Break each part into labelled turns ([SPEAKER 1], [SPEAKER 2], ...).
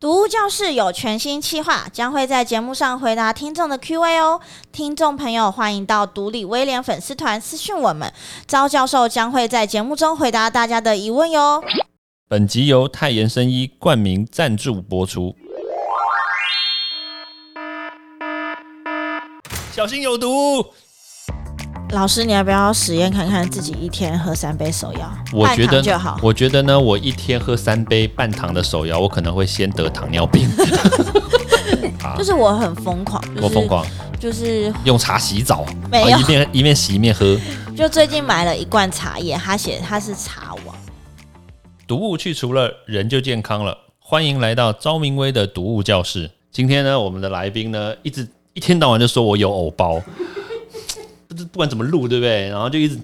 [SPEAKER 1] 读物教室有全新企划，将会在节目上回答听众的 Q&A 哦。听众朋友，欢迎到独立威廉粉丝团私讯我们，招教授将会在节目中回答大家的疑问哟。
[SPEAKER 2] 本集由泰妍生医冠名赞助播出。小心有毒！
[SPEAKER 1] 老师，你要不要实验看看自己一天喝三杯手摇？
[SPEAKER 2] 我
[SPEAKER 1] 半
[SPEAKER 2] 觉
[SPEAKER 1] 糖
[SPEAKER 2] 得
[SPEAKER 1] 就好，。
[SPEAKER 2] 我觉得呢，我一天喝三杯半糖的手摇，我可能会先得糖 尿病。
[SPEAKER 1] 就是我很疯狂，就是、
[SPEAKER 2] 我疯，狂
[SPEAKER 1] 就是
[SPEAKER 2] 用茶洗澡，
[SPEAKER 1] 没
[SPEAKER 2] 啊
[SPEAKER 1] 有
[SPEAKER 2] 一面一面洗一面喝。
[SPEAKER 1] 就最近买了一罐茶叶，他写他是茶王。
[SPEAKER 2] 毒物去除了，人就健康了。欢迎来到昭明威的毒物教室。今天呢，我们的来宾呢，一直一天到晚就说我有偶包，不知不管怎么录，对不对？然后就一直，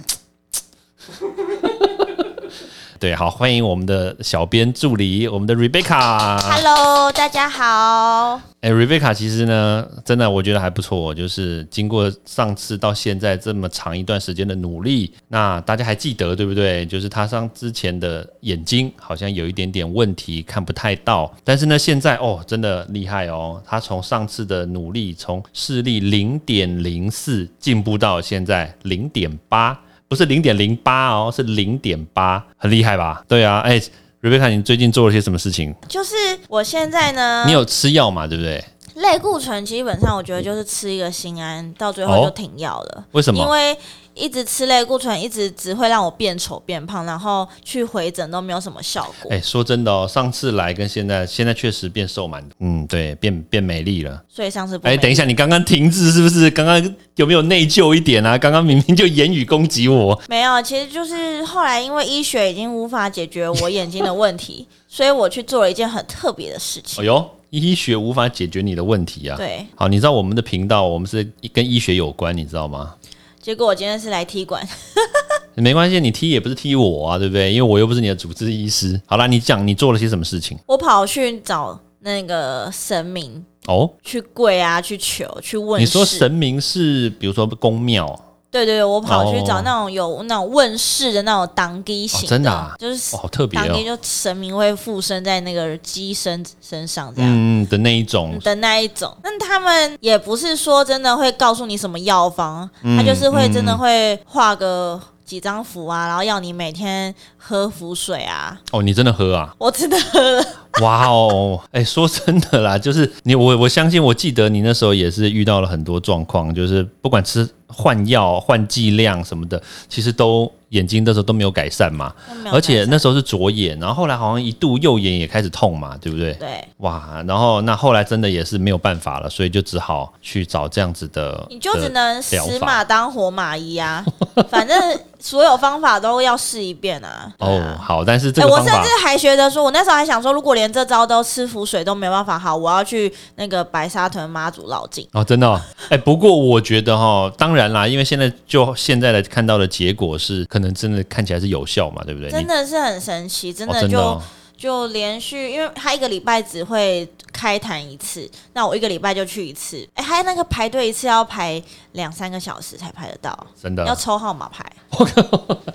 [SPEAKER 2] 对，好，欢迎我们的小编助理，我们的 Rebecca。
[SPEAKER 1] Hello，大家好。
[SPEAKER 2] 哎、r e b e c c a 其实呢，真的我觉得还不错，哦就是经过上次到现在这么长一段时间的努力，那大家还记得对不对？就是她上之前的眼睛好像有一点点问题，看不太到，但是呢，现在哦，真的厉害哦，她从上次的努力，从视力零点零四进步到现在零点八，不是零点零八哦，是零点八，很厉害吧？对啊，哎、瑞 r e b e c c a 你最近做了些什么事情？
[SPEAKER 1] 就是我现在呢，
[SPEAKER 2] 你有吃药嘛？对不对？
[SPEAKER 1] 类固醇基本上我觉得就是吃一个心安，到最后
[SPEAKER 2] 哦
[SPEAKER 1] 就停药了。
[SPEAKER 2] 为什么？
[SPEAKER 1] 因为一直吃类固醇，一直只会让我变丑变胖，然后去回诊都没有什么效果。
[SPEAKER 2] 哎、说真的哦，上次来跟现在，现在确实变瘦蛮多，嗯，对，变变美丽了。
[SPEAKER 1] 所以上次不
[SPEAKER 2] 哎、
[SPEAKER 1] 美
[SPEAKER 2] 等一下，你刚刚停滞是不是？刚刚有没有内疚一点啊？刚刚明明就言语攻击我，
[SPEAKER 1] 没有，其实就是后来因为医学已经无法解决我眼睛的问题， 所以我去做了一件很特别的事情。
[SPEAKER 2] 哎呦，医学无法解决你的问题啊。
[SPEAKER 1] 对，
[SPEAKER 2] 好，你知道我们的频道，我们是跟医学有关，你知道吗？
[SPEAKER 1] 结果我今天是来踢馆，
[SPEAKER 2] 没关系，你踢也不是踢我啊，对不对？因为我又不是你的主治医师。好啦，你讲你做了些什么事情？
[SPEAKER 1] 我跑去找那个神明
[SPEAKER 2] 哦，
[SPEAKER 1] 去跪啊，去求，去问。
[SPEAKER 2] 你说神？明是比如说公庙，
[SPEAKER 1] 对对对，我跑去
[SPEAKER 2] 哦
[SPEAKER 1] 找那种有那种问世的那种当机型
[SPEAKER 2] 哦真的啊
[SPEAKER 1] 就是
[SPEAKER 2] 哦，好特别
[SPEAKER 1] 当天
[SPEAKER 2] 哦，
[SPEAKER 1] 就神明会附身在那个鸡身身上这样。
[SPEAKER 2] 嗯的那一种，
[SPEAKER 1] 的那一种，但他们也不是说真的会告诉你什么药方，
[SPEAKER 2] 嗯
[SPEAKER 1] 他就是会真的会画个几张符啊，然后要你每天喝符水啊。
[SPEAKER 2] 哦，你真的喝啊？
[SPEAKER 1] 我真的喝了，
[SPEAKER 2] 哇哦，哎，说真的啦，就是你我我相信，我记得你那时候也是遇到了很多状况，就是不管吃换药、换剂量什么的，其实都眼睛那时候都没有改善嘛。
[SPEAKER 1] 没有
[SPEAKER 2] 而且
[SPEAKER 1] 改善
[SPEAKER 2] 那时候是左眼，然后后来好像一度右眼也开始痛嘛，对不对？
[SPEAKER 1] 对，
[SPEAKER 2] 哇，然后那后来真的也是没有办法了，所以就只好去找这样子的，
[SPEAKER 1] 你就只
[SPEAKER 2] 的
[SPEAKER 1] 能
[SPEAKER 2] 疗
[SPEAKER 1] 死
[SPEAKER 2] 法
[SPEAKER 1] 马当活马医啊，反正所有方法都要试一遍啊。对
[SPEAKER 2] 哦
[SPEAKER 1] 啊。
[SPEAKER 2] 好，但是这
[SPEAKER 1] 哎、
[SPEAKER 2] 个
[SPEAKER 1] 我
[SPEAKER 2] 方
[SPEAKER 1] 甚
[SPEAKER 2] 法
[SPEAKER 1] 至还觉得说，我那时候还想说，如果连这招都吃符水都没办法好，我要去那个白沙屯妈祖绕境。
[SPEAKER 2] 哦，真的、哦，哎、不过我觉得哈、当然啦，因为现在就现在的看到的结果是，可能真的看起来是有效嘛，对不对？
[SPEAKER 1] 真
[SPEAKER 2] 你
[SPEAKER 1] 的是很神奇，真
[SPEAKER 2] 哦、
[SPEAKER 1] 的
[SPEAKER 2] 真
[SPEAKER 1] 就、
[SPEAKER 2] 的、哦，
[SPEAKER 1] 就连续，因为他一个礼拜只会开坛一次，那我一个礼拜就去一次。哎、他那个排队一次要排两三个小时才排得到，
[SPEAKER 2] 真的
[SPEAKER 1] 要抽号码牌。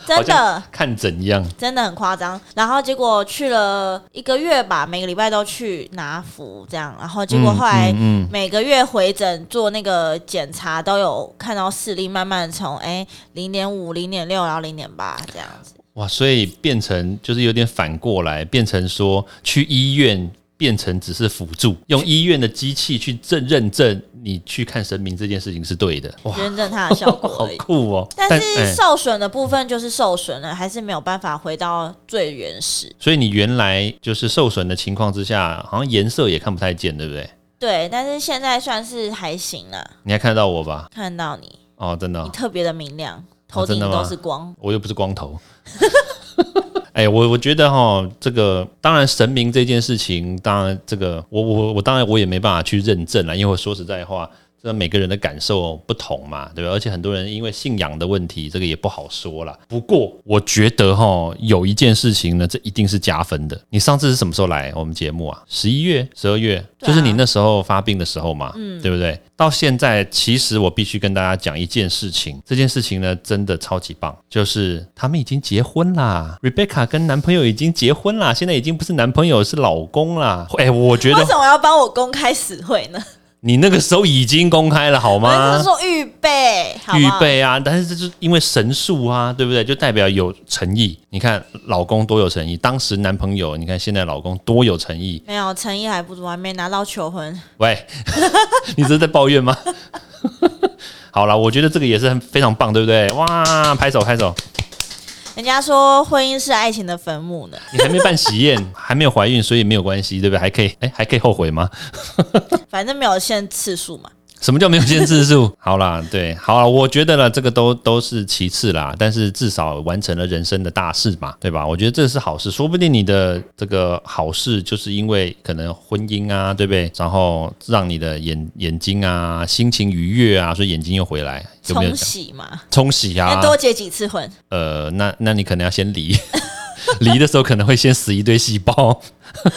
[SPEAKER 1] 真的
[SPEAKER 2] 看怎样？
[SPEAKER 1] 真的很夸张。然后结果去了一个月吧，每个礼拜都去拿符这样，然后结果后来。
[SPEAKER 2] 嗯，嗯
[SPEAKER 1] 每个月回诊做那个检查，都有看到视力慢慢从哎零点五、零点六，然后零点八这样子。
[SPEAKER 2] 哇，所以变成就是有点反过来，变成说去医院。变成只是辅助，用医院的机器去证认证你去看神明这件事情是对的，哇，
[SPEAKER 1] 认证它的效果
[SPEAKER 2] 好
[SPEAKER 1] 而已。
[SPEAKER 2] 酷哦！
[SPEAKER 1] 但是
[SPEAKER 2] 哎
[SPEAKER 1] 受损的部分就是受损了，还是没有办法回到最原始。
[SPEAKER 2] 所以你原来就是受损的情况之下，好像颜色也看不太见，对不对？
[SPEAKER 1] 对，但是现在算是还行了。
[SPEAKER 2] 你还看得到我吧？
[SPEAKER 1] 看到你，
[SPEAKER 2] 哦，真的哦、
[SPEAKER 1] 你特别的明亮，头顶
[SPEAKER 2] 真的吗
[SPEAKER 1] 都是光。
[SPEAKER 2] 我又不是光头。 哎、我我觉得哈，这个当然神明这件事情，当然这个我我我当然我也没办法去认证了，因为我说实在话，这每个人的感受不同嘛，对吧？而且很多人因为信仰的问题，这个也不好说了。不过我觉得哈，有一件事情呢，这一定是加分的。你上次是什么时候来我们节目啊？十一月、十二月，
[SPEAKER 1] 对啊
[SPEAKER 2] 就是你那时候发病的时候嘛，
[SPEAKER 1] 嗯
[SPEAKER 2] 对不对？到现在，其实我必须跟大家讲一件事情，这件事情呢，真的超级棒，就是他们已经结婚啦，Rebecca 跟男朋友已经结婚啦，现在已经不是男朋友，是老公啦。哎，我觉
[SPEAKER 1] 为
[SPEAKER 2] 得
[SPEAKER 1] 什么要帮我公开死会呢？
[SPEAKER 2] 你那个时候已经公开了，好
[SPEAKER 1] 我
[SPEAKER 2] 吗？
[SPEAKER 1] 只哎是说预备，好不
[SPEAKER 2] 预
[SPEAKER 1] 好？
[SPEAKER 2] 备啊，但是这就是因为神速啊，对不对？就代表有诚意。你看老公多有诚意，当时男朋友，你看现在老公多有诚意。
[SPEAKER 1] 没有诚意还不足，还没拿到求婚。
[SPEAKER 2] 喂， 你这是在抱怨吗？ 好啦，我觉得这个也是很非常棒，对不对？哇，拍手拍手！
[SPEAKER 1] 人家说婚姻是爱情的坟墓呢，
[SPEAKER 2] 你还没办喜宴， 还没有怀孕，所以没有关系，对不对？还可以，哎，还可以后悔吗？
[SPEAKER 1] 反正没有限次数嘛。
[SPEAKER 2] 什么叫没有限次数？ 好啦，对，好啦，我觉得啦，这个都都是其次啦，但是至少完成了人生的大事嘛，对吧？我觉得这是好事，说不定你的这个好事就是因为可能婚姻啊，对不对？然后让你的眼眼睛啊心情愉悦啊，所以眼睛又回来，有没有
[SPEAKER 1] 冲
[SPEAKER 2] 讲
[SPEAKER 1] 洗哎嘛，
[SPEAKER 2] 冲洗啊
[SPEAKER 1] 要？多结几次婚，
[SPEAKER 2] 呃，那那你可能要先离， 离的时候可能会先死一堆细胞。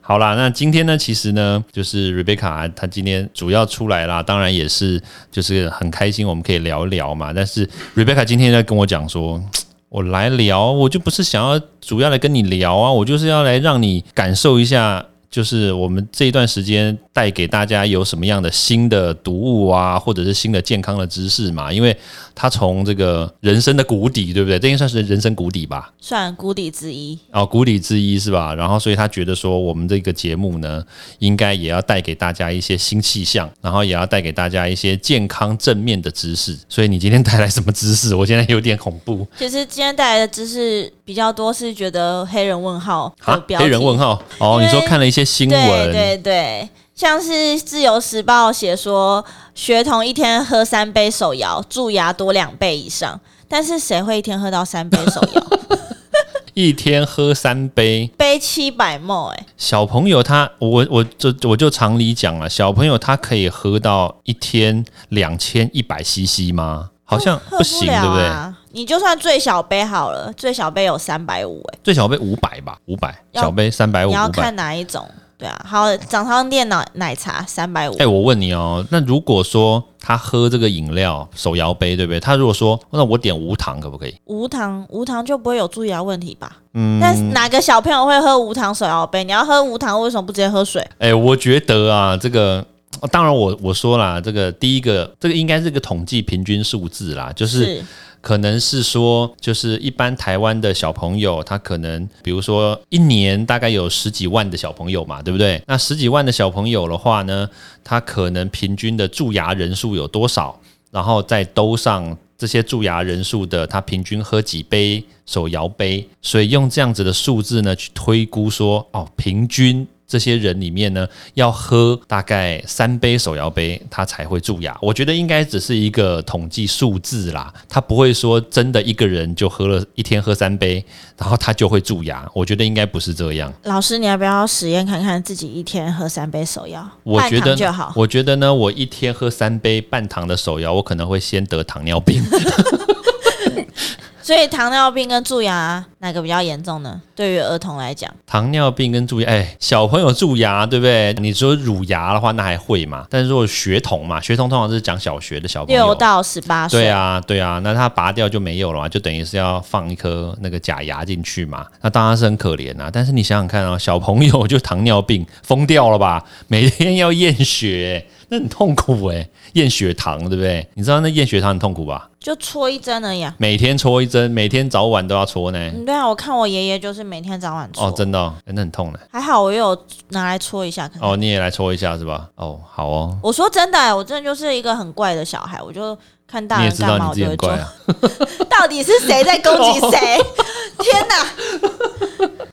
[SPEAKER 2] 好啦，那今天呢，其实呢，就是 Rebecca 她今天主要出来啦，当然也是就是很开心，我们可以聊一聊嘛。但是 Rebecca 今天在跟我讲说，我来聊，我就不是想要主要来跟你聊啊，我就是要来让你感受一下，就是我们这一段时间带给大家有什么样的新的读物啊，或者是新的健康的知识嘛。因为他从这个人生的谷底，对不对？这应该算是人生谷底吧？
[SPEAKER 1] 算谷底之一。
[SPEAKER 2] 哦，谷底之一是吧？然后，所以他觉得说，我们这个节目呢，应该也要带给大家一些新气象，然后也要带给大家一些健康正面的知识。所以你今天带来什么知识？我现在有点恐怖
[SPEAKER 1] 其实今天带来的知识比较多，是觉得黑人问号的
[SPEAKER 2] 啊！
[SPEAKER 1] 标题。
[SPEAKER 2] 黑人问号哦，你说
[SPEAKER 1] 因为
[SPEAKER 2] 看了一些新
[SPEAKER 1] 对
[SPEAKER 2] 闻，
[SPEAKER 1] 对对，像是《自由时报》写说，学童一天喝三杯手摇，蛀牙多两倍以上。但是谁会一天喝到三杯手 摇？
[SPEAKER 2] 一天喝三杯，
[SPEAKER 1] 杯七百沫，哎，
[SPEAKER 2] 小朋友他，我我就我就常理讲了，小朋友他可以喝到一天两千一百 CC 吗？好像
[SPEAKER 1] 喝
[SPEAKER 2] 不行，
[SPEAKER 1] 了
[SPEAKER 2] 对不对？
[SPEAKER 1] 啊！你就算最小杯好了，最小杯有三百五，哎，
[SPEAKER 2] 最小杯五百吧，五百
[SPEAKER 1] 要
[SPEAKER 2] 小杯三百哎五，
[SPEAKER 1] 你要
[SPEAKER 2] 五百。
[SPEAKER 1] 看哪一种？对啊，好，早上店奶奶茶三百五
[SPEAKER 2] 哎、，我问你哦，那如果说他喝这个饮料手摇杯，对不对？他如果说那我点无糖可不可以？
[SPEAKER 1] 无糖无糖就不会有蛀牙问题吧？嗯，但是哪个小朋友会喝无糖手摇杯？你要喝无糖，为什么不直接喝水？
[SPEAKER 2] 哎、我觉得啊，这个。哦当然我，我说啦，这个第一个，这个应该是个统计平均数字啦，就是可能是说，就是一般台湾的小朋友，他可能比如说一年大概有十几万的小朋友嘛，对不对？那十几万的小朋友的话呢，他可能平均的蛀牙人数有多少？然后再兜上这些蛀牙人数的，他平均喝几杯手摇杯，所以用这样子的数字呢去推估说，哦，平均。这些人里面呢，要喝大概三杯手摇杯，他才会蛀牙。我觉得应该只是一个统计数字啦，他不会说真的一个人就喝了一天喝三杯，然后他就会蛀牙。我觉得应该不是这样。
[SPEAKER 1] 老师，你要不要实验看看自己一天喝三杯手摇？
[SPEAKER 2] 我觉
[SPEAKER 1] 半
[SPEAKER 2] 得
[SPEAKER 1] 糖就好。
[SPEAKER 2] 我觉得呢，我一天喝三杯半糖的手摇，我可能会先得糖尿病。
[SPEAKER 1] 所以糖尿病跟蛀牙哪个比较严重呢？对于儿童来讲，
[SPEAKER 2] 糖尿病跟蛀牙，哎，小朋友蛀牙，对不对？你说乳牙的话，那还会嘛？但是如果学童嘛，学童通常是讲小学的小朋
[SPEAKER 1] 六
[SPEAKER 2] 友。
[SPEAKER 1] 到十八岁，
[SPEAKER 2] 对啊，对啊，那他拔掉就没有了嘛，就等于是要放一颗那个假牙进去嘛。那当然是很可怜啊，但是你想想看啊，小朋友就糖尿病疯掉了吧？每天要验血、那很痛苦哎、验血糖对不对？你知道那验血糖很痛苦吧？
[SPEAKER 1] 就戳一针而已、啊。
[SPEAKER 2] 每天戳一针，每天早晚都要戳呢。
[SPEAKER 1] 嗯，对啊，我看我爷爷就是每天早晚戳，
[SPEAKER 2] 哦，真的、哦，哎那很痛呢。
[SPEAKER 1] 还好我有拿来戳一下看看。
[SPEAKER 2] 哦，你也来戳一下是吧？哦，好哦。
[SPEAKER 1] 我说真的、啊我真的就是一个很怪的小孩，我就看大
[SPEAKER 2] 你也
[SPEAKER 1] 人
[SPEAKER 2] 知
[SPEAKER 1] 干
[SPEAKER 2] 道
[SPEAKER 1] 嘛
[SPEAKER 2] 你
[SPEAKER 1] 我
[SPEAKER 2] 自己
[SPEAKER 1] 就
[SPEAKER 2] 很
[SPEAKER 1] 会做
[SPEAKER 2] 怪。啊，
[SPEAKER 1] 到底是谁在攻击 谁？天哪！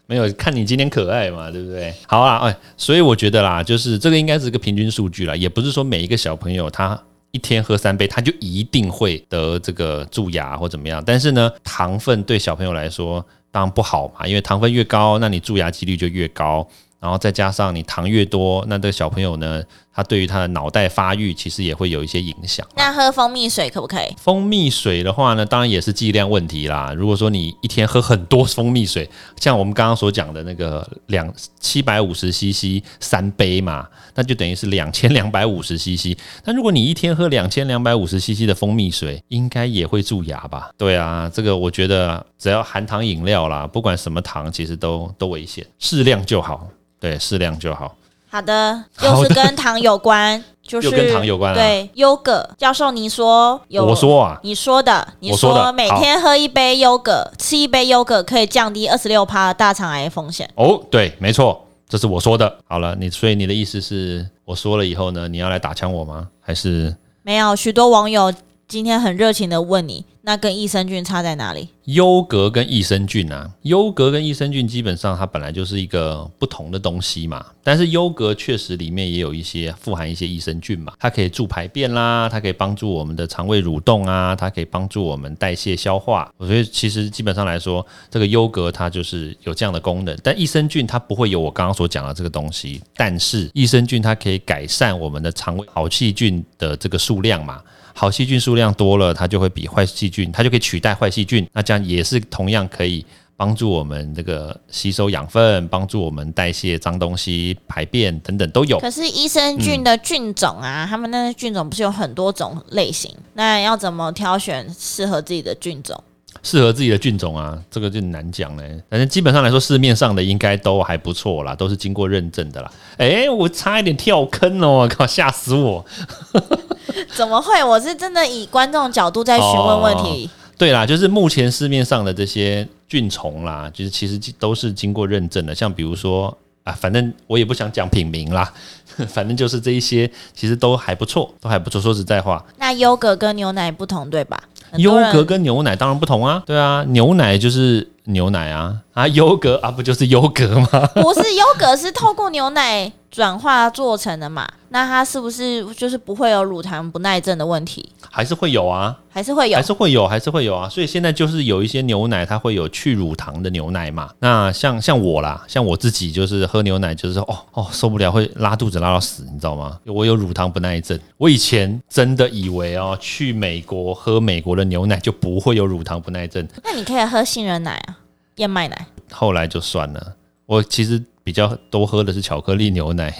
[SPEAKER 2] 没有看你今天可爱嘛，对不对？好啊，哎，所以我觉得啦，就是这个应该是个平均数据啦，也不是说每一个小朋友他。一天喝三杯，他就一定会得这个蛀牙或怎么样。但是呢，糖分对小朋友来说当然不好嘛，因为糖分越高，那你蛀牙几率就越高。然后再加上你糖越多，那这个小朋友呢它对于它的脑袋发育其实也会有一些影响。
[SPEAKER 1] 那喝蜂蜜水可不可以？
[SPEAKER 2] 蜂蜜水的话呢，当然也是剂量问题啦。如果说你一天喝很多蜂蜜水，像我们刚刚所讲的那个两七百五十 CC 三杯嘛，那就等于是两千两百五十 CC。那如果你一天喝两千两百五十 CC 的蜂蜜水，应该也会蛀牙吧？对啊，这个我觉得只要含糖饮料啦，不管什么糖，其实都都危险，适量就好。对，适量就好。
[SPEAKER 1] 好的，又是跟糖有关，就是
[SPEAKER 2] 又跟糖有关啊
[SPEAKER 1] 对优格教授，你说有
[SPEAKER 2] 我说啊，
[SPEAKER 1] 你说的，你
[SPEAKER 2] 我说的
[SPEAKER 1] 每
[SPEAKER 2] 好
[SPEAKER 1] 天喝一杯优格，吃一杯优格可以降低二十六趴大肠癌风险。
[SPEAKER 2] 哦，对，没错，这是我说的。好了，你所以你的意思是我说了以后呢，你要来打枪我吗？还是
[SPEAKER 1] 没有，许多网友今天很热情的问你，那跟益生菌差在哪里？
[SPEAKER 2] 优格跟益生菌啊？优格跟益生菌基本上它本来就是一个不同的东西嘛，但是优格确实里面也有一些富含一些益生菌嘛，它可以助排便啦，它可以帮助我们的肠胃蠕动啊，它可以帮助我们代谢消化。所以其实基本上来说，这个优格它就是有这样的功能，但益生菌它不会有我刚刚所讲的这个东西，但是益生菌它可以改善我们的肠胃好细菌的这个数量嘛。好细菌数量多了，它就会比坏细菌，它就可以取代坏细菌。那这样也是同样可以帮助我们这个吸收养分，帮助我们代谢脏东西、排便等等都有。
[SPEAKER 1] 可是益生菌的菌种
[SPEAKER 2] 嗯
[SPEAKER 1] 啊，他们那些菌种不是有很多种类型？那要怎么挑选适合自己的菌种？
[SPEAKER 2] 适合自己的菌种啊，这个就难讲嘞。反正基本上来说，市面上的应该都还不错啦，都是经过认证的啦。哎、我差一点跳坑哦！ 我靠，吓死我！
[SPEAKER 1] 怎么会？我是真的以观众角度在询问问题。
[SPEAKER 2] 对啦，就是目前市面上的这些菌虫啦，就是其实都是经过认证的，像比如说啊，反正我也不想讲品名啦， 反正就是这一些其实都还不错，都还不错。说实在话，
[SPEAKER 1] 那优格跟牛奶不同，对吧？很
[SPEAKER 2] 优
[SPEAKER 1] 多人
[SPEAKER 2] 格跟牛奶当然不同啊，对啊，牛奶就是牛奶啊，啊，优格啊不就是优格吗？
[SPEAKER 1] 不是优格是透过牛奶转化做成的嘛？那它是不是就是不会有乳糖不耐症的问题？
[SPEAKER 2] 还是会有啊，
[SPEAKER 1] 还是会有
[SPEAKER 2] 还？是会有，还是会有啊。所以现在就是有一些牛奶，它会有去乳糖的牛奶嘛。那像像我啦，像我自己就是喝牛奶，就是说哦哦受不了，会拉肚子拉到死，你知道吗？我有乳糖不耐症。我以前真的以为哦，去美国喝美国的牛奶就不会有乳糖不耐症，
[SPEAKER 1] 那你可以喝杏仁奶啊，燕麦奶。
[SPEAKER 2] 后来就算了。我其实比较多喝的是巧克力牛奶，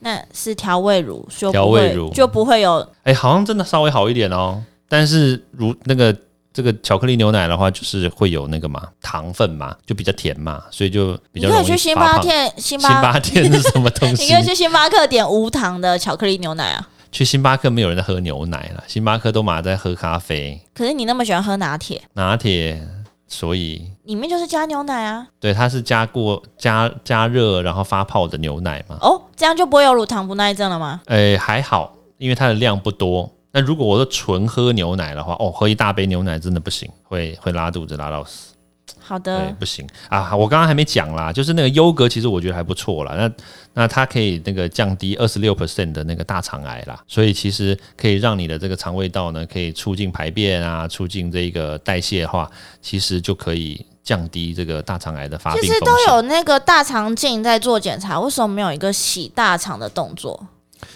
[SPEAKER 1] 那是调味乳，就不
[SPEAKER 2] 调
[SPEAKER 1] 会
[SPEAKER 2] 味乳
[SPEAKER 1] 就不会有
[SPEAKER 2] 哎、好像真的稍微好一点哦。但是如那个这个巧克力牛奶的话，就是会有那个嘛糖分嘛，就比较甜嘛，所以就比
[SPEAKER 1] 你
[SPEAKER 2] 较
[SPEAKER 1] 可
[SPEAKER 2] 容
[SPEAKER 1] 以
[SPEAKER 2] 易
[SPEAKER 1] 去星
[SPEAKER 2] 发
[SPEAKER 1] 巴
[SPEAKER 2] 胖。
[SPEAKER 1] 克，星
[SPEAKER 2] 星
[SPEAKER 1] 巴
[SPEAKER 2] 巴克是什么 东
[SPEAKER 1] 你
[SPEAKER 2] 西
[SPEAKER 1] 可？以去星巴克点无糖的巧克力牛奶啊。
[SPEAKER 2] 去星巴克没有人在喝牛奶了，星巴克都马在喝咖啡、
[SPEAKER 1] 可是你那么喜欢喝拿铁，
[SPEAKER 2] 拿铁，所以
[SPEAKER 1] 里面就是加牛奶啊。
[SPEAKER 2] 对它是加过加加热然后发泡的牛奶嘛。
[SPEAKER 1] 哦，这样就不会有乳糖不耐症了吗？
[SPEAKER 2] 诶、还好，因为它的量不多。那如果我是纯喝牛奶的话，哦，喝一大杯牛奶真的不行，会会拉肚子拉到死。
[SPEAKER 1] 好
[SPEAKER 2] 对
[SPEAKER 1] 的，，
[SPEAKER 2] 不行啊！我刚刚还没讲啦，就是那个优格，其实我觉得还不错啦。那那它可以那个降低二十六 percent 的那个大肠癌啦，所以其实可以让你的这个肠胃道呢，可以促进排便啊，促进这个代谢的话，其实就可以降低这个大肠癌的发病
[SPEAKER 1] 其
[SPEAKER 2] 风险
[SPEAKER 1] 实。都有那个大肠镜在做检查，为什么没有一个洗大肠的动作？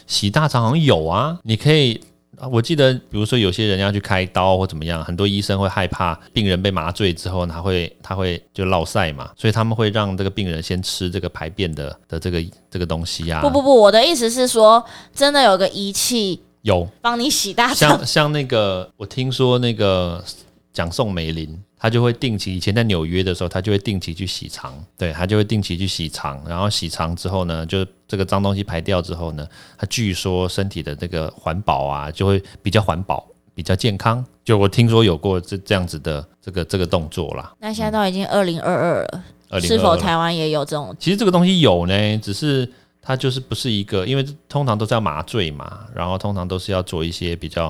[SPEAKER 2] 洗大肠好像有啊，你可以。啊我记得，比如说有些人要去开刀或怎么样，很多医生会害怕病人被麻醉之后，他会他会就落塞嘛，所以他们会让这个病人先吃这个排便的的这个这个东西啊。
[SPEAKER 1] 不不不，我的意思是说，真的有个仪器
[SPEAKER 2] 有
[SPEAKER 1] 帮你洗大肠。
[SPEAKER 2] 像像那个，我听说那个蒋宋美龄，她就会定期以前在纽约的时候，她就会定期去洗肠，对，她就会定期去洗肠，然后洗肠之后呢，就这个脏东西排掉之后呢，她据说身体的这个环保啊，就会比较环保，比较健康。就我听说有过这这样子的这个这个动作啦。
[SPEAKER 1] 那现在都已经二零二二了，
[SPEAKER 2] 2022
[SPEAKER 1] 是否台湾也有这种？
[SPEAKER 2] 其实这个东西有呢，只是它就是不是一个，因为通常都是要麻醉嘛，然后通常都是要做一些比较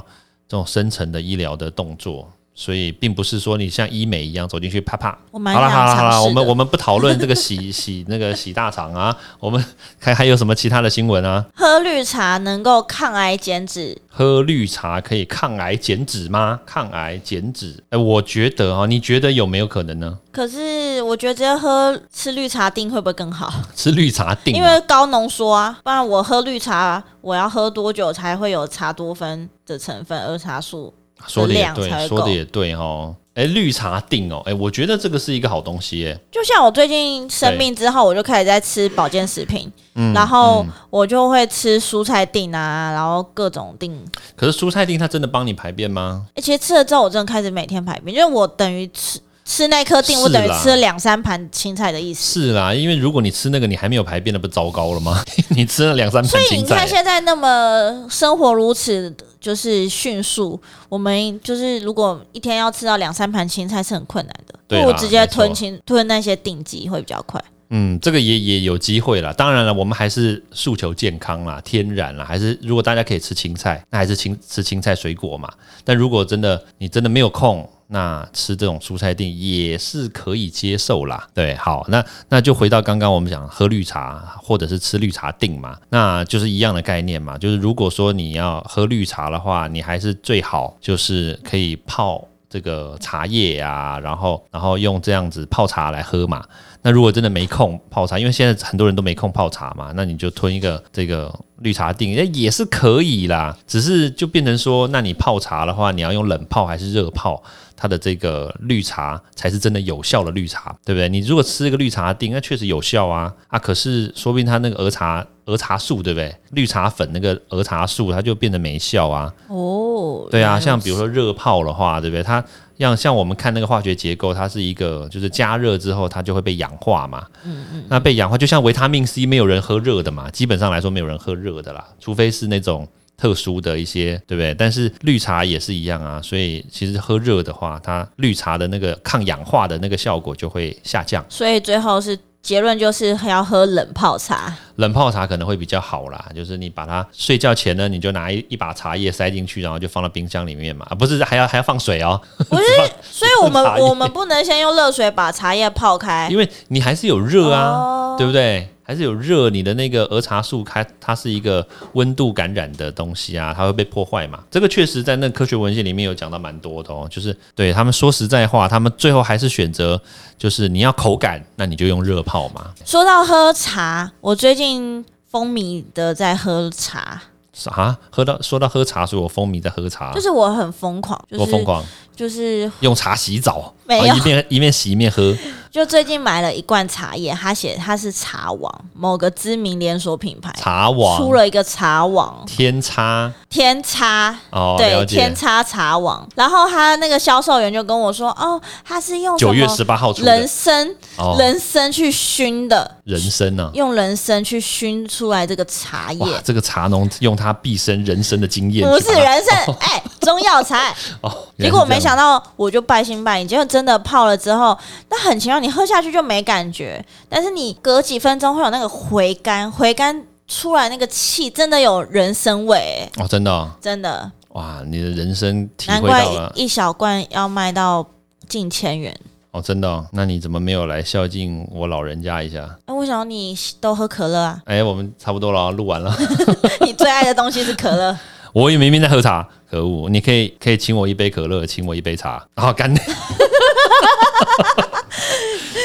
[SPEAKER 2] 这种深层的医疗的动作，所以并不是说你像医美一样走进去啪 啪。
[SPEAKER 1] 我蛮
[SPEAKER 2] 好啦
[SPEAKER 1] 想
[SPEAKER 2] 好啦好
[SPEAKER 1] 尝
[SPEAKER 2] 啦，
[SPEAKER 1] 试
[SPEAKER 2] 我们
[SPEAKER 1] 的
[SPEAKER 2] 我们不讨论这个洗洗那个洗大肠啊，我们看还有什么其他的新闻啊？
[SPEAKER 1] 喝绿茶能够抗癌减脂，
[SPEAKER 2] 喝绿茶可以抗癌减脂吗？抗癌减脂？哎、我觉得啊、你觉得有没有可能呢？
[SPEAKER 1] 可是我觉得直接喝吃绿茶定会不会更好？
[SPEAKER 2] 吃绿茶定、
[SPEAKER 1] 因
[SPEAKER 2] 啊，
[SPEAKER 1] 为高浓缩啊，不然我喝绿茶，我要喝多久才会有茶多酚的成分，儿茶素？
[SPEAKER 2] 说的也
[SPEAKER 1] 量才
[SPEAKER 2] 对，
[SPEAKER 1] 会
[SPEAKER 2] 说的
[SPEAKER 1] 够
[SPEAKER 2] 也对哦。哎、绿茶定哦，哎、我觉得这个是一个好东西、哎，
[SPEAKER 1] 就像我最近生病之后，我就开始在吃保健食品，
[SPEAKER 2] 嗯
[SPEAKER 1] 然后我就会吃蔬菜定啊，然后各种定。
[SPEAKER 2] 可是蔬菜定它真的帮你排便吗？
[SPEAKER 1] 欸其实吃了之后，我真的开始每天排便，因为我等于吃吃那颗定，我
[SPEAKER 2] 是
[SPEAKER 1] 等于
[SPEAKER 2] 啦
[SPEAKER 1] 吃了两三盘青菜的意思。
[SPEAKER 2] 是啦，因为如果你吃那个你还没有排便的，不糟糕了吗？ 你吃了两三
[SPEAKER 1] 所
[SPEAKER 2] 盘
[SPEAKER 1] 以
[SPEAKER 2] 青
[SPEAKER 1] 你
[SPEAKER 2] 菜、
[SPEAKER 1] 看，现在那么生活如此就是迅速，我们就是如果一天要吃到两三盘青菜是很困难的。不
[SPEAKER 2] 对啦
[SPEAKER 1] 如直接
[SPEAKER 2] 没
[SPEAKER 1] 吞
[SPEAKER 2] 错
[SPEAKER 1] 青吞那些顶级会比较快。
[SPEAKER 2] 嗯，这个也也有机会啦。当然了，我们还是诉求健康啦、天然啦，还是如果大家可以吃青菜，那还是青吃青菜水果嘛。但如果真的你真的没有空，那吃这种蔬菜定也是可以接受啦。对，好，那那就回到刚刚我们讲喝绿茶或者是吃绿茶定嘛，那就是一样的概念嘛。就是如果说你要喝绿茶的话，你还是最好就是可以泡。这个茶叶啊，然后然后用这样子泡茶来喝嘛，那如果真的没空泡茶，因为现在很多人都没空泡茶嘛，那你就吞一个这个绿茶定，那也是可以啦。只是就变成说，那你泡茶的话，你要用冷泡还是热泡？它的这个绿茶才是真的有效的绿茶，对不对？你如果吃一个绿茶定，那确实有效啊啊！可是说不定它那个儿茶儿茶素，对不对？绿茶粉那个儿茶素，它就变得没效啊。
[SPEAKER 1] 哦，
[SPEAKER 2] 对
[SPEAKER 1] 原来
[SPEAKER 2] 啊，
[SPEAKER 1] 如此
[SPEAKER 2] 像比如说热泡的话，对不对？它像像我们看那个化学结构，它是一个就是加热之后它就会被氧化嘛。嗯嗯。那被氧化，就像维他命 C 没有人喝热的嘛，基本上来说没有人喝热的啦，除非是那种。特殊的一些，对不对？但是绿茶也是一样啊，所以其实喝热的话，它绿茶的那个抗氧化的那个效果就会下降。
[SPEAKER 1] 所以最后是结论就是要喝冷泡茶。
[SPEAKER 2] 冷泡茶可能会比较好啦，就是你把它睡觉前呢，你就拿一一把茶叶塞进去，然后就放到冰箱里面嘛，啊，不是还要还要放水哦，
[SPEAKER 1] 不是
[SPEAKER 2] 只放
[SPEAKER 1] 所以我们
[SPEAKER 2] 茶叶
[SPEAKER 1] 我们不能先用热水把茶叶泡开
[SPEAKER 2] 因为你还是有热啊，
[SPEAKER 1] 哎哦
[SPEAKER 2] 对不对？还是有热，你的那个儿茶素它它是一个温度感染的东西啊，它会被破坏嘛。这个确实在那科学文献里面有讲到蛮多的哦，就是对他们说实在话，他们最后还是选择就是你要口感，那你就用热泡嘛。
[SPEAKER 1] 说到喝茶，我最近风靡的在喝茶，
[SPEAKER 2] 是啊，喝到说到喝茶，所以我风靡在喝茶，
[SPEAKER 1] 就是我很疯狂，就
[SPEAKER 2] 啊我疯
[SPEAKER 1] 是
[SPEAKER 2] 狂
[SPEAKER 1] 就是
[SPEAKER 2] 用茶洗澡，啊
[SPEAKER 1] 没有
[SPEAKER 2] 然后一面一面洗一面喝。
[SPEAKER 1] 就最近买了一罐茶叶，他写他是茶王，某个知名连锁品牌
[SPEAKER 2] 茶王
[SPEAKER 1] 出了一个茶王
[SPEAKER 2] 天差
[SPEAKER 1] 天差。
[SPEAKER 2] 哦，了
[SPEAKER 1] 对，
[SPEAKER 2] 解
[SPEAKER 1] 天。差茶王。然后他那个销售员就跟我说：“哦，他是用什
[SPEAKER 2] 九
[SPEAKER 1] 么
[SPEAKER 2] 月十八号出的
[SPEAKER 1] 人参、
[SPEAKER 2] 哦，
[SPEAKER 1] 人参去熏的，
[SPEAKER 2] 人参啊，
[SPEAKER 1] 用人参去熏出来这个茶叶，
[SPEAKER 2] 哇，这个茶农用他毕生人生的经验去
[SPEAKER 1] 不
[SPEAKER 2] 把它，
[SPEAKER 1] 是人参， 哎、中药材。
[SPEAKER 2] 哦，
[SPEAKER 1] 结
[SPEAKER 2] 原来是
[SPEAKER 1] 果
[SPEAKER 2] 这
[SPEAKER 1] 没
[SPEAKER 2] 样
[SPEAKER 1] 想到，我就半信半疑。结果真的泡了之后，那很奇妙，你喝下去就没感觉，但是你隔几分钟会有那个回甘，回甘出来那个气，真的有人参味、哎
[SPEAKER 2] 哦，真的哦、
[SPEAKER 1] 真的，
[SPEAKER 2] 哇，你的人生体
[SPEAKER 1] 难
[SPEAKER 2] 会
[SPEAKER 1] 怪
[SPEAKER 2] 到了
[SPEAKER 1] 一小罐要卖到近千元。
[SPEAKER 2] 哦，真的、哦，那你怎么没有来孝敬我老人家一下？
[SPEAKER 1] 哎那为什么你都喝可乐啊？
[SPEAKER 2] 哎，我们差不多了哦，录完了，
[SPEAKER 1] 你最爱的东西是可乐，
[SPEAKER 2] 我也明明在喝茶，可恶！你可以可以请我一杯可乐，请我一杯茶，然 后干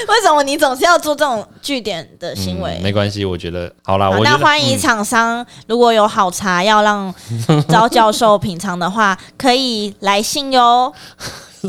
[SPEAKER 1] 为什么你总是要做这种据点的行为？
[SPEAKER 2] 嗯没关系，我觉得好啦，
[SPEAKER 1] 好，
[SPEAKER 2] 我觉
[SPEAKER 1] 那
[SPEAKER 2] 得嗯
[SPEAKER 1] 欢迎厂商，如果有好茶要 让招教授品尝的话，可以来信哟。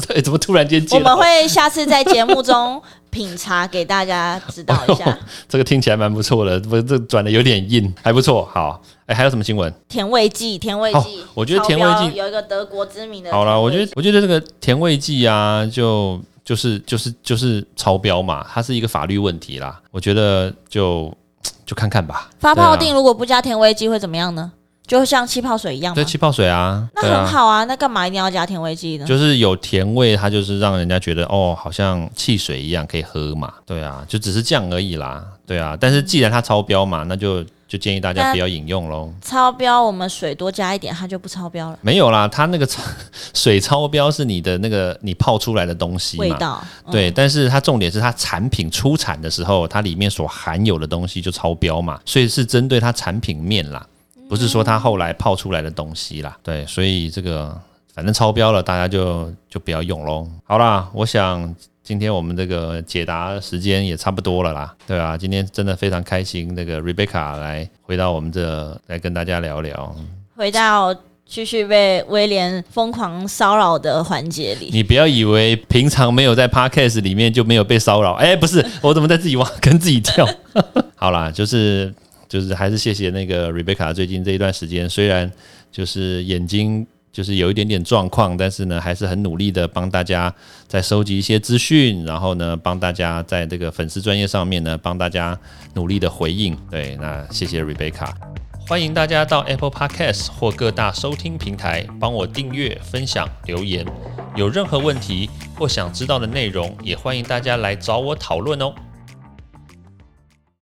[SPEAKER 2] 对 怎么突然间接
[SPEAKER 1] 我
[SPEAKER 2] 了
[SPEAKER 1] 们会下次在节目中品茶给大家指导 一下
[SPEAKER 2] 这个听起来蛮不错的，不，这转的有点硬，还不错。好，哎，还有什么新闻？
[SPEAKER 1] 甜味剂，甜味剂
[SPEAKER 2] 哦。我觉得
[SPEAKER 1] 超
[SPEAKER 2] 甜味
[SPEAKER 1] 标
[SPEAKER 2] 剂
[SPEAKER 1] 有一个德国知名的甜味剂。
[SPEAKER 2] 好啦，我觉得我觉得这个甜味剂啊，就就是就是就是超标嘛，它是一个法律问题啦。我觉得就就看看吧。
[SPEAKER 1] 发泡
[SPEAKER 2] 对
[SPEAKER 1] 定如果不加甜味剂会怎么样呢？就像气泡水一样
[SPEAKER 2] 啊
[SPEAKER 1] 吗
[SPEAKER 2] 就？气泡水啊，
[SPEAKER 1] 那
[SPEAKER 2] 对
[SPEAKER 1] 很
[SPEAKER 2] 啊。
[SPEAKER 1] 好啊，那干嘛一定要加甜味剂呢？
[SPEAKER 2] 就是有甜味，它就是让人家觉得哦，好像汽水一样可以喝嘛，对啊，就只是这样而已啦，对啊。但是既然它超标嘛，那就就建议大家不要饮用喽。
[SPEAKER 1] 超标，我们水多加一点，它就不超标了。
[SPEAKER 2] 没有啦，它那个 超水超标是你的那个你泡出来的东西
[SPEAKER 1] 味
[SPEAKER 2] 嘛，
[SPEAKER 1] 道，嗯
[SPEAKER 2] 对，但是它重点是它产品出产的时候，它里面所含有的东西就超标嘛，所以是针对它产品面啦，不是说它后来泡出来的东西啦。对，所以这个反正超标了，大家就就不要用喽。好啦，我想。今天我们这个解答时间也差不多了啦，对啊，今天真的非常开心，那个 Rebecca 来回到我们这来跟大家聊聊。
[SPEAKER 1] 回到继续被威廉疯狂骚扰的环节里。
[SPEAKER 2] 你不要以为平常没有在 podcast 里面就没有被骚扰，哎、不是， 我怎么在自己挖跟自己跳？ 好啦，就是就是还是谢谢那个 Rebecca 最近这一段时间，虽然就是眼睛就是有一点点状况，但是呢还是很努力的帮大家在收集一些资讯，然后呢帮大家在这个粉丝专业上面呢帮大家努力的回应。对，那谢谢 Rebecca。欢迎大家到 Apple Podcast 或各大收听平台帮我订阅、分享、留言。有任何问题或想知道的内容，也欢迎大家来找我讨论哦。